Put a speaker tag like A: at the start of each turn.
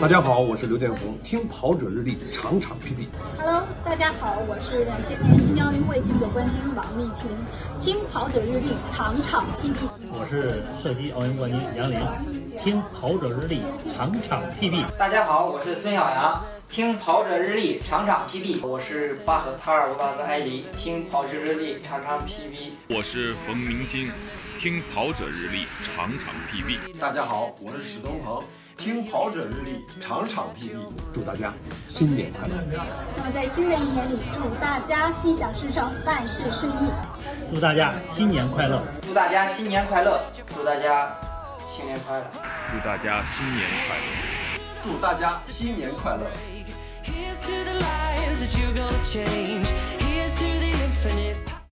A: 大家好，我是刘建宏，听跑者日历，场场 PP。
B: Hello，大家好，我是两千年新疆奥运会金九冠军王丽萍，听跑者日历，场场 PP。
C: 我是射击奥运冠军杨林，听跑者日历，场场 PB。
D: 大家好，我是孙小阳，听跑者日历，场场 PB。我是巴赫塔尔乌拉兹埃迪，听跑者日历，场场 PB。
E: 我是冯明晶，听跑者日历，场场 PB。
F: 大家好，我是史东恒，听跑者日历，场场 PB。
A: 祝大家新年快乐！
B: 那么在新的一年里，祝大家心想事成，万事顺意。
C: 祝大家新年快乐！
D: 祝大家新年快乐！祝大家新年快乐！
E: 祝大家新年快乐！
F: 祝大家新年快乐！
G: Here's to the lives that you're gonna change.